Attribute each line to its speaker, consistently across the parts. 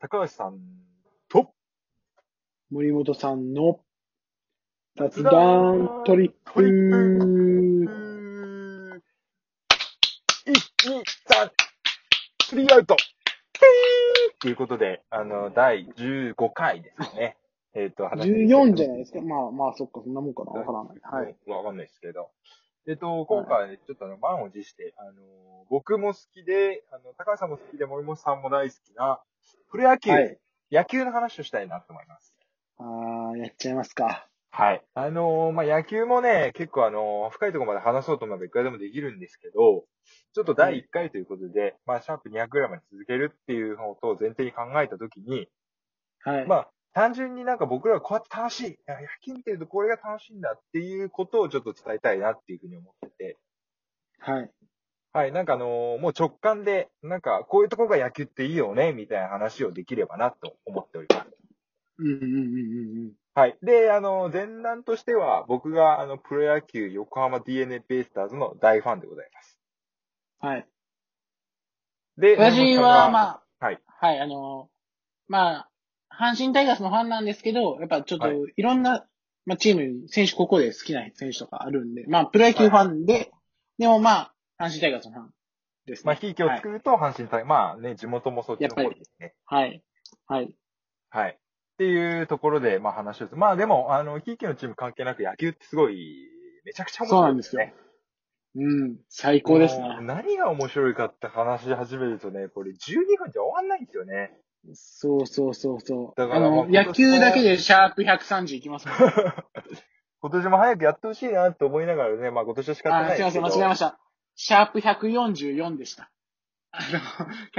Speaker 1: 高橋さんと、
Speaker 2: 森本さんの雑談トリッ
Speaker 1: トリッ
Speaker 2: プ。
Speaker 1: プ一、二、三、スリーアウトということで、あの、第15回ですね。えっと、
Speaker 2: 14じゃないですか。まあまあ、そっか、そんなもんかな。わからない。
Speaker 1: は
Speaker 2: はい。
Speaker 1: い。わかんないですけど。えっと、今回、ちょっとあの、満を持して、あの、僕も好きで、あの、高橋さんも好きで、森本さんも大好きな、プロ野球、
Speaker 2: はい。
Speaker 1: 野球の話をしたいなと思います。
Speaker 2: あー、やっちゃいますか。
Speaker 1: はい。あのーまあ、野球もね、結構あのー深いところまで話そうと思えばいくらでもできるんですけど、ちょっと第1回ということで、まあ、シャープ200ぐらいまで続けるっていうことを前提に考えたときに、
Speaker 2: はい。
Speaker 1: まあ、単純になんか僕らはこうやって楽しい。いや野球見てるとこれが楽しいんだっていうことをちょっと伝えたいなっていうふうに思ってて、
Speaker 2: はい。
Speaker 1: はい、なんかあのーもう直感で、なんかこういうところが野球っていいよね、みたいな話をできればなと思っております。
Speaker 2: うんうんうん
Speaker 1: はい。で、あの、前段としては、僕が、あの、プロ野球横浜 DNA ベイスターズの大ファンでございます。
Speaker 2: うん。はい。
Speaker 1: で、
Speaker 2: 私は、
Speaker 1: あ、
Speaker 2: まあ、
Speaker 1: はい。
Speaker 2: はい、あの、まあ、阪神タイガースのファンなんですけど、やっぱちょっと
Speaker 1: はい
Speaker 2: いろんな、まあチーム、選手ここで好きな選手とかあるんで、まあ、プロ野球ファンで、でもまあ、阪神タイガースのファンですね。
Speaker 1: まあ、ひいきを作ると、阪神対、まあね、地元もそっちの方ですね。
Speaker 2: はい。はい。
Speaker 1: はい。っていうところで、まあ話をする。まあでも、あの、ひいきのチーム関係なく野球ってすごい、めちゃくちゃ面白い、
Speaker 2: そうなんですよ。うん。最高です
Speaker 1: もう
Speaker 2: ね。
Speaker 1: 何が面白いかって話し始めるとね、これ12分じゃ終わんないんですよね。
Speaker 2: そうそうそうそう。
Speaker 1: だか
Speaker 2: あ
Speaker 1: らもう
Speaker 2: の、野球だけでシャープ130いきますもん。
Speaker 1: 今年も早くやってほしいなと思いながらね、まあ今年は仕方ないで
Speaker 2: あ、
Speaker 1: すす
Speaker 2: い
Speaker 1: けど。
Speaker 2: ません、間違えました。シャープ144でした。あの、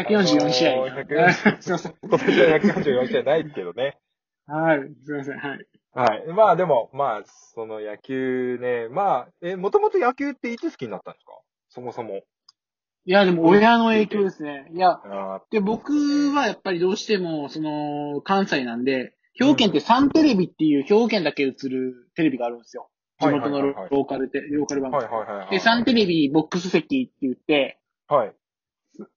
Speaker 2: 144試合。
Speaker 1: あのー144
Speaker 2: すいません。
Speaker 1: 今年は144試合ないけどね。
Speaker 2: はい、すいません、はい。
Speaker 1: はい。まあでも、まあ、その野球ね、まあ、え、もともと野球っていつ好きになったんですかそもそも。
Speaker 2: いや、でも親の影響ですね。いや、
Speaker 1: あ
Speaker 2: で、僕はやっぱりどうしても、その、関西なんで、兵庫県ってサンテレビっていう兵庫県だけ映るテレビがあるんですよ。地
Speaker 1: は
Speaker 2: 元の
Speaker 1: いはい
Speaker 2: ロ
Speaker 1: はいはい
Speaker 2: ーカルで、ローカル
Speaker 1: ー
Speaker 2: 番
Speaker 1: はい
Speaker 2: 組。
Speaker 1: はいはいはい。
Speaker 2: で、サンテレビボックス席って言って、
Speaker 1: はい。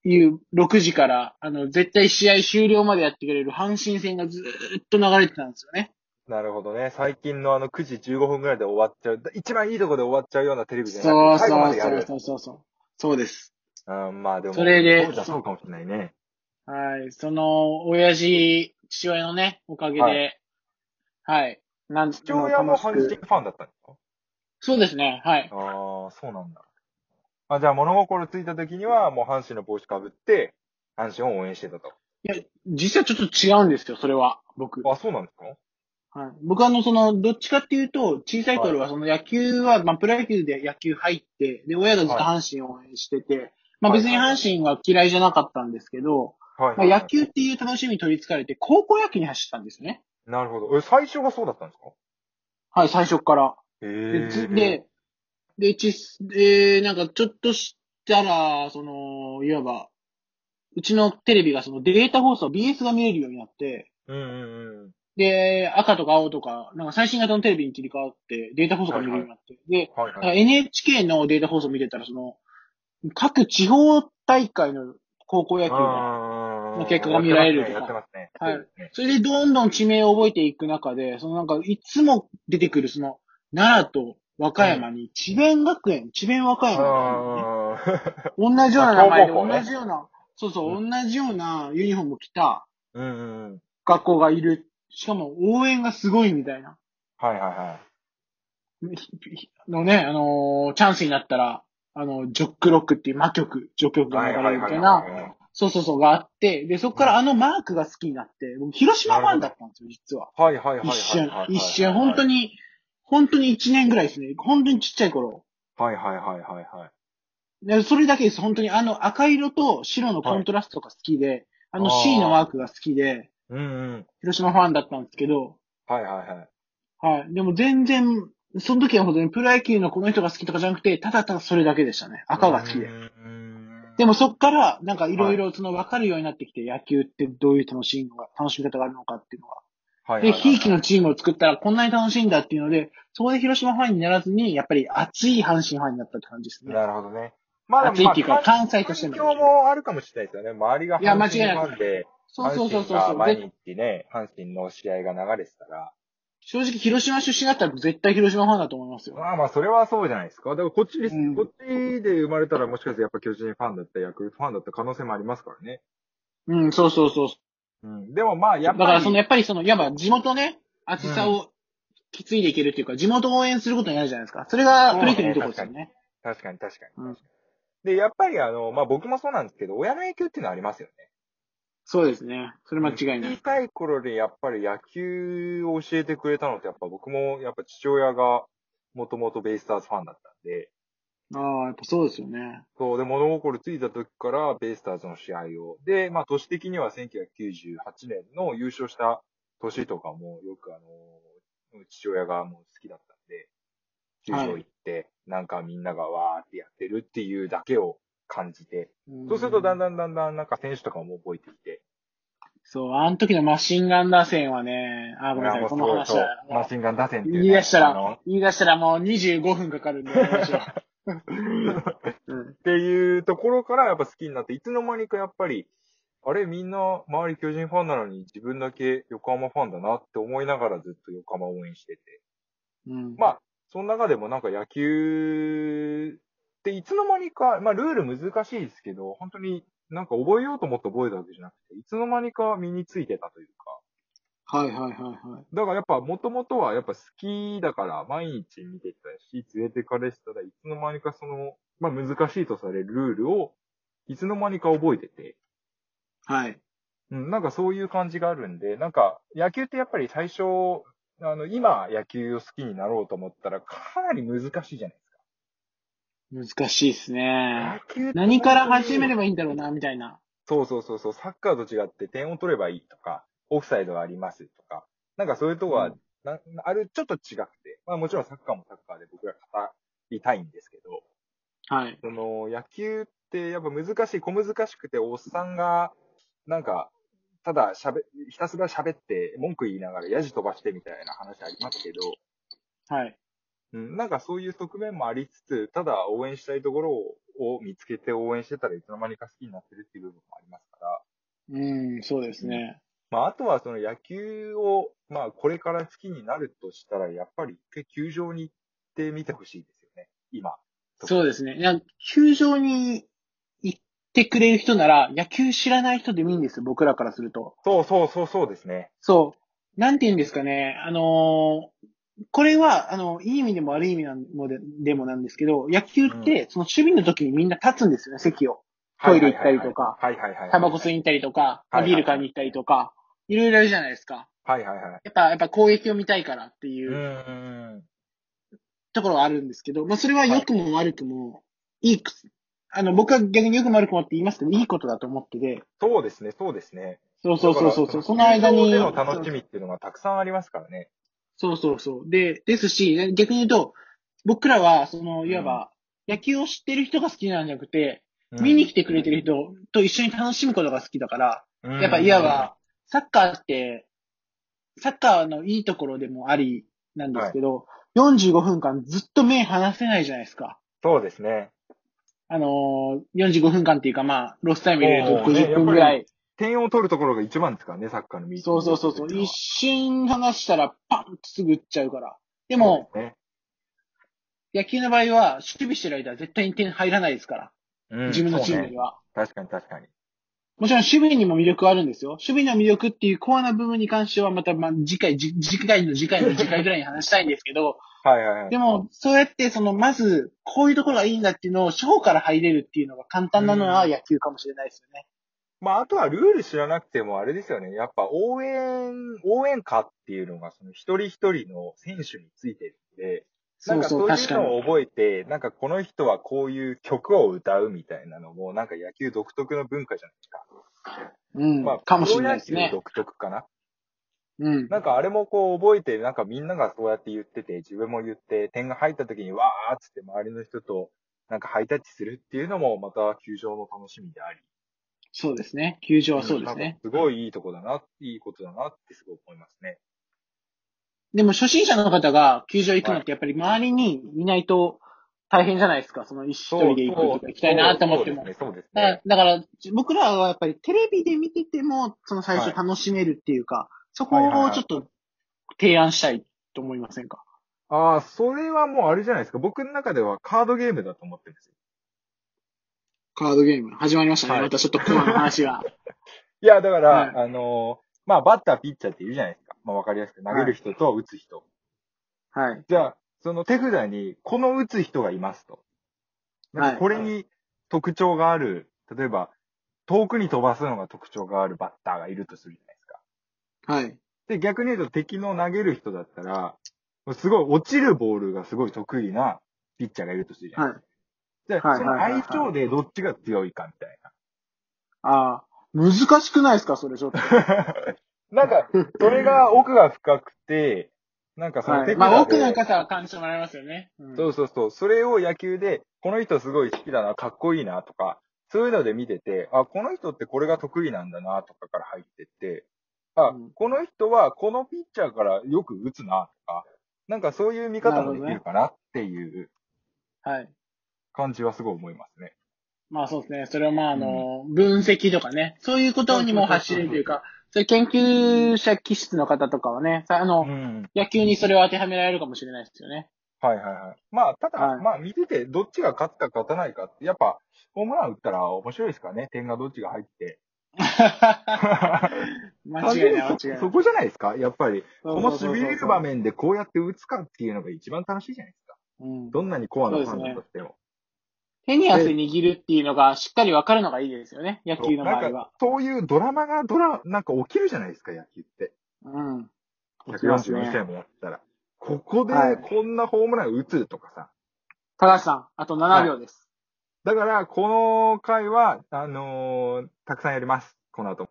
Speaker 2: いう6時から、あの、絶対試合終了までやってくれる阪神戦がずーっと流れてたんですよね。
Speaker 1: なるほどね。最近のあの9時15分ぐらいで終わっちゃう。一番いいとこで終わっちゃうようなテレビじゃなくて、
Speaker 2: そう
Speaker 1: 最後
Speaker 2: そ
Speaker 1: ま
Speaker 2: う
Speaker 1: でや
Speaker 2: そう
Speaker 1: る。
Speaker 2: そうそうそう。そうです。
Speaker 1: うん、まあでも、
Speaker 2: それで
Speaker 1: そうじゃそうかもしれないね。
Speaker 2: はい。その、親父、父親のね、おかげ
Speaker 1: は
Speaker 2: で、はい。なん
Speaker 1: 父親も阪
Speaker 2: 楽
Speaker 1: 神
Speaker 2: し
Speaker 1: フ
Speaker 2: く
Speaker 1: ァンだったんですか
Speaker 2: そうですね、はい。
Speaker 1: ああ、そうなんだ。あ、じゃあ物心ついた時には、もう阪神の帽子かぶって、阪神を応援してたと。
Speaker 2: いや、実際ちょっと違うんですよ、それは、僕。はい、
Speaker 1: あ、そうなんですか
Speaker 2: 僕はあの、その、どっちかっていうと、小さい頃はその野球は、まあ、プロ野球で野球入って、で、親がずっと阪神を応援してて、まあ別に阪神は嫌いじゃなかったんですけど、
Speaker 1: はい、
Speaker 2: まあ、野球っていう楽しみに取り憑かれて、高校野球に走ったんですね。
Speaker 1: なるほど。え、最初がそうだったんですか
Speaker 2: はい、最初から。
Speaker 1: え
Speaker 2: で、つ
Speaker 1: え。
Speaker 2: で、で、ち、で、なんかちょっとしたら、その、いわば、うちのテレビがそのデータ放送、BS が見えるようになって、
Speaker 1: うんうんうん。
Speaker 2: で、赤とか青とか、なんか最新型のテレビに切り替わって、データ放送が見れるようになって、で、
Speaker 1: はい
Speaker 2: なん
Speaker 1: は
Speaker 2: か
Speaker 1: い。
Speaker 2: NHK のデータ放送見てたら、その、各地方大会の高校野球が
Speaker 1: の
Speaker 2: の結果が見られるとか
Speaker 1: やってますね。
Speaker 2: はい
Speaker 1: そうですね
Speaker 2: それでどんどん地名を覚えていく中で、そのなんかいつも出てくるその、奈良と和歌山に、智弁学園、智弁和歌山、
Speaker 1: あー
Speaker 2: 同じような名前で、
Speaker 1: あ強豪校ね
Speaker 2: 同じような、そうそう、同じようなユニフォーム着た
Speaker 1: うんうんうん。
Speaker 2: 学校がいる。しかも応援がすごいみたいな。
Speaker 1: はいはいは
Speaker 2: のね、あのーチャンスになったら、あの、ジョックロックっていう魔曲、ジョ曲
Speaker 1: い。
Speaker 2: が
Speaker 1: はい
Speaker 2: 流
Speaker 1: は
Speaker 2: れ
Speaker 1: い
Speaker 2: るみ
Speaker 1: はい
Speaker 2: たい
Speaker 1: は
Speaker 2: な、
Speaker 1: い。
Speaker 2: そうそうそうがあって、で、そこからあのマークが好きになって、僕広島ファンだったんですよ、実は。
Speaker 1: はいはいはいはい。
Speaker 2: 一瞬
Speaker 1: はいはいは、い
Speaker 2: 一瞬、本当。に、本当に一年ぐらいですね。本当にちっちゃい頃。
Speaker 1: はいはいはいはいはい。
Speaker 2: でそれだけです。本当にあの赤色と白のコントラストが好きで、あの
Speaker 1: あー
Speaker 2: C のマークが好きで、
Speaker 1: うんうん。
Speaker 2: 広島ファンだったんですけど、
Speaker 1: はいはいはい。
Speaker 2: はい。でも全然、その時は本当にプロ野球のこの人が好きとかじゃなくて、ただただそれだけでしたね。赤が好きで
Speaker 1: う。ん
Speaker 2: でもそっから、なんかいろいろその分かるようになってきて、野球ってどういう楽しいのが、楽しみ方があるのかっていうのが。
Speaker 1: はいはい
Speaker 2: で、
Speaker 1: はい
Speaker 2: ひいきのチームを作ったらこんなに楽しいんだっていうので、そこで広島ファンにならずに、やっぱり熱い阪神ファンになったって感じですね。
Speaker 1: なるほどね。まあで
Speaker 2: 熱い
Speaker 1: も
Speaker 2: っていうか、
Speaker 1: まあ
Speaker 2: 関西として
Speaker 1: 環
Speaker 2: も。
Speaker 1: 境もあるかもしれないですよね。周りが
Speaker 2: いや間違い
Speaker 1: 阪
Speaker 2: な
Speaker 1: 神
Speaker 2: い
Speaker 1: ファンで、
Speaker 2: そうそうそう
Speaker 1: 阪神
Speaker 2: そ
Speaker 1: が
Speaker 2: う。
Speaker 1: 毎
Speaker 2: で
Speaker 1: 日ね、阪神の試合が流れてたら、
Speaker 2: 正直、広島出身だったら絶対広島ファンだと思いますよ。
Speaker 1: まあまあ、それはそうじゃないですか。だからこっちです、
Speaker 2: うん
Speaker 1: こっちで生まれたらもしかしてやっぱ巨人ファンだったり、ヤクルトファンだった可能性もありますからね。
Speaker 2: うん、そうそうそう。
Speaker 1: うん。でもまあ、や
Speaker 2: だ
Speaker 1: っ
Speaker 2: か
Speaker 1: ぱ
Speaker 2: ら、
Speaker 1: り、
Speaker 2: その、やっぱりその、いわば地元ね、熱さをきついでいけるっていうか、地元を応援することになるじゃないですか。それがプロ野球のいいとこですよね。
Speaker 1: 確かに確かに。
Speaker 2: うん
Speaker 1: で、やっぱりあの、まあ僕もそうなんですけど、親の影響っていうのはありますよね。
Speaker 2: そうですね。それ間違いない。
Speaker 1: 小さい頃でやっぱり野球を教えてくれたのって、やっぱ僕も、やっぱ父親が、もともとベイスターズファンだったんで、
Speaker 2: ああ、やっぱそうですよね。
Speaker 1: そう、で、物心ついた時からベイスターズの試合を、で、まあ、年的には1998年の優勝した年とかも、よくあの、父親がもう好きだったんで、球場行って、なんかみんながわーってやってるっていうだけを感じて、そうするとだん
Speaker 2: だん。
Speaker 1: だんだんだんなんか選手とかも覚えてきて、
Speaker 2: そう、あの時のマシンガン打線はね、あー、ごめんなさ
Speaker 1: も
Speaker 2: い、
Speaker 1: うす
Speaker 2: こ
Speaker 1: ご
Speaker 2: の
Speaker 1: い
Speaker 2: 話
Speaker 1: そう
Speaker 2: は。
Speaker 1: マシンガン打線っていう、
Speaker 2: 言い出した
Speaker 1: あの
Speaker 2: ら、言い出したらもう25分かか るんで、やめましょううん
Speaker 1: っていうところからやっぱ好きになって、いつの間にかやっぱり、あれみんな周り巨人ファンなのに自分だけ横浜ファンだなって思いながらずっと横浜応援してて。
Speaker 2: うん。
Speaker 1: まあ、その中でもなんか野球っていつの間にか、まあルール難しいですけど、本当になんか覚えようと思って覚えたわけじゃなくて、いつの間にか身についてたというか。
Speaker 2: はいはいはいはい。
Speaker 1: だからやっぱ元々はやっぱ好きだから毎日見てたし、連れてかれてたらいつの間にかその、まあ難しいとされるルールをいつの間にか覚えてて、
Speaker 2: はい。
Speaker 1: うん、なんかそういう感じがあるんで、なんか野球ってやっぱり最初、あの、今野球を好きになろうと思ったらかなり難しいじゃないですか。
Speaker 2: 難しいですね。
Speaker 1: 野球って
Speaker 2: 何から始めればいいんだろうな、みたいな。
Speaker 1: そうそうそうそう、サッカーと違って点を取ればいいとか、オフサイドがありますとか、なんかそういうとこは、
Speaker 2: うん
Speaker 1: なある、ちょっと違くて、まあもちろんサッカーもサッカーで僕ら語りたいんですけど、
Speaker 2: はい。
Speaker 1: その野球ってやっぱ難しい、小難しくて、おっさんが、なんか、ただ喋、ひたすら喋って、文句言いながらヤジ飛ばしてみたいな話ありますけど、
Speaker 2: はい。
Speaker 1: うん、なんかそういう側面もありつつ、ただ応援したいところをを見つけて応援してたらいつの間にか好きになってるっていう部分もありますから、
Speaker 2: うん、そうですね。
Speaker 1: まあ、あとはその野球を、まあ、これから好きになるとしたら、やっぱり一回球場に行ってみてほしいですよね、今。
Speaker 2: そうですね。いや、球場に行ってくれる人なら、野球知らない人でもいいんですよ、僕らからすると。
Speaker 1: そうそうそうそうですね。
Speaker 2: そう。なんて言うんですかね。あのーこれは、あの、いい意味でも悪い意味なんもででもなんですけど、野球って、その守備の時にみんな立つんですよね、席を。トイレ行ったりとか
Speaker 1: はいはいはいはい。
Speaker 2: タバコ吸いに行ったりとか、
Speaker 1: はいはい
Speaker 2: ビール買いに行ったりとか、いろいろあるじゃないですか。
Speaker 1: はいはいはい。
Speaker 2: やっぱ、やっぱ攻撃を見たいからっていううん
Speaker 1: うん。
Speaker 2: ところはあるんですけど、まあそれは良くも悪くも、いいく、あの、僕は逆に良くも悪くもって言いますけど、いいことだと思ってて、
Speaker 1: そうですね、そうですね。
Speaker 2: そうそうそうそう、
Speaker 1: だか
Speaker 2: そ
Speaker 1: ら
Speaker 2: うその間に。
Speaker 1: 球場での楽しみっていうのがたくさんありますからね。
Speaker 2: そうそうそう。で、ですし、逆に言うと、僕らは、その、いわば、野球を知ってる人が好きなんじゃなくて、見に来てくれてる人と一緒に楽しむことが好きだから、
Speaker 1: うん
Speaker 2: やっぱいわば、サッカーって、サッカーのいいところでもありなんですけど、45分間ずっと目離せないじゃないですか。
Speaker 1: そうですね。
Speaker 2: あのー、45分間っていうかまあ、ロスタイム入れる
Speaker 1: そう
Speaker 2: と
Speaker 1: ね
Speaker 2: 50分ぐらい。
Speaker 1: 点を取るところが一番ですからね、サッカーのミーティン
Speaker 2: そ
Speaker 1: グ
Speaker 2: うそうそうそう。
Speaker 1: ってい
Speaker 2: 一瞬離したらパンとすぐ打っちゃうから。で
Speaker 1: のは
Speaker 2: も、
Speaker 1: そうですね
Speaker 2: 野球の場合は、守備してる間は絶対に点入らないですから。
Speaker 1: うん
Speaker 2: 自分のチー
Speaker 1: そう
Speaker 2: ム
Speaker 1: ね
Speaker 2: には。
Speaker 1: 確かに確かに。
Speaker 2: もちろん守備にも魅力はあるんですよ。守備の魅力っていうコアな部分に関してはまた、まあ、次回、じ次回の次回の次回ぐらいに話したいんですけど、
Speaker 1: はいはいはい。
Speaker 2: でも、そうやって、その、まず、こういうところがいいんだっていうのを、初歩から入れるっていうのが簡単なのは野球かもしれないですよね。
Speaker 1: まあ、あとはルール知らなくてもあれですよね。やっぱ応援、応援歌っていうのがその一人一人の選手についてるんで、な
Speaker 2: そ
Speaker 1: ん
Speaker 2: う
Speaker 1: か
Speaker 2: そ、
Speaker 1: そうう
Speaker 2: 確
Speaker 1: いう
Speaker 2: か
Speaker 1: の
Speaker 2: に。
Speaker 1: を覚えて、なんかこの人はこういう曲を歌うみたいなのも、なんか野球独特の文化じゃないですか。
Speaker 2: うん。
Speaker 1: まあ、
Speaker 2: かもしれないです
Speaker 1: プロ野
Speaker 2: ね
Speaker 1: 球。独特かな。
Speaker 2: うん。
Speaker 1: なんかあれもこう覚えて、なんかみんながそうやって言ってて、自分も言って、点が入った時にわーっつって周りの人と、なんかハイタッチするっていうのも、また球場の楽しみであり。
Speaker 2: そうですね。球場はそうですね。
Speaker 1: なんかすごいいいとこだな、いいことだなってすごい思いますね。
Speaker 2: でも、初心者の方が球場行くのって、やっぱり周りにいないと、大変じゃないですか、その一
Speaker 1: そ
Speaker 2: 一
Speaker 1: う
Speaker 2: 人で行くとか行きたいなと思っても。
Speaker 1: そうそうですね。そうです
Speaker 2: だから
Speaker 1: ね、
Speaker 2: だから僕らはやっぱりテレビで見てても、その最初楽しめるっていうか、そこをちょっと提案したいと思いませんか、
Speaker 1: ああ、それはもうあれじゃないですか。僕の中ではカードゲームだと思ってるんですよ。
Speaker 2: カードゲーム始まりましたね。
Speaker 1: はい
Speaker 2: またちょっとコマの話が。
Speaker 1: いや、だから、
Speaker 2: はい
Speaker 1: あのーまあ、バッター、ピッチャーっているじゃないですか。まあ、わかりやすく。投げる人と打つ人。
Speaker 2: はい。
Speaker 1: じゃあ、その手札に、この打つ人がいますと。なん
Speaker 2: は
Speaker 1: か
Speaker 2: い
Speaker 1: これに特徴がある、例えば、遠くに飛ばすのが特徴があるバッターがいるとするじゃないですか。
Speaker 2: はい。
Speaker 1: で、逆に言うと敵の投げる人だったら、すごい落ちるボールがすごい得意なピッチャーがいるとするじゃない
Speaker 2: はい。
Speaker 1: ですか。
Speaker 2: はい
Speaker 1: で、その
Speaker 2: はいはいはい
Speaker 1: 相性でどっちが強いかみたいな。
Speaker 2: ああ、難しくないですかそれちょ っと。
Speaker 1: なん か、それが奥が深くて、なんかその
Speaker 2: は
Speaker 1: 手
Speaker 2: い。
Speaker 1: 札
Speaker 2: まあ、多
Speaker 1: で
Speaker 2: くの方は感じてもらいますよね。うん
Speaker 1: そうそうそう。それを野球で、この人すごい好きだな、かっこいいなとか、そういうので見てて、あ、この人ってこれが得意なんだなとかから入ってって、あ、
Speaker 2: うん
Speaker 1: この人はこのピッチャーからよく打つなとか、なんかそういう見方もできるかなっていう
Speaker 2: はい。
Speaker 1: 感じはすごい思いますね。
Speaker 2: まあそうですね。それはまああの、分析とかね、そういうことにも走れるというか、そういう研究者気質の方とかはね、さあの、
Speaker 1: うん。
Speaker 2: 野球にそれを当てはめられるかもしれないですよね。
Speaker 1: はいはいはい。まあ、ただ、
Speaker 2: はい
Speaker 1: まあ見てて、どっちが勝つか勝たないかって、やっぱ、ホームラン打ったら面白いですからね。点がどっちが入って。
Speaker 2: 間違いない、間違いない。
Speaker 1: そこじゃないですかやっぱり。この
Speaker 2: そうそうそうそう
Speaker 1: 痺れる場。面でこうやって打つかっていうのが一番楽しいじゃないですか。
Speaker 2: うん
Speaker 1: どんなにコアなファンだったとしても。
Speaker 2: 手に汗握るっていうのがしっかりわかるのがいいですよね、野球の場
Speaker 1: な
Speaker 2: 合
Speaker 1: ん
Speaker 2: は
Speaker 1: か。、そういうドラマがドラ、なんか起きるじゃないですか、野球って。
Speaker 2: うん。起きます
Speaker 1: 144試合
Speaker 2: ね。
Speaker 1: もやったら。ここで
Speaker 2: はい
Speaker 1: こんなホームラン打つとかさ。
Speaker 2: 高橋さん、あと7秒です。
Speaker 1: だから、この回は、あのーたくさんやります。この後も。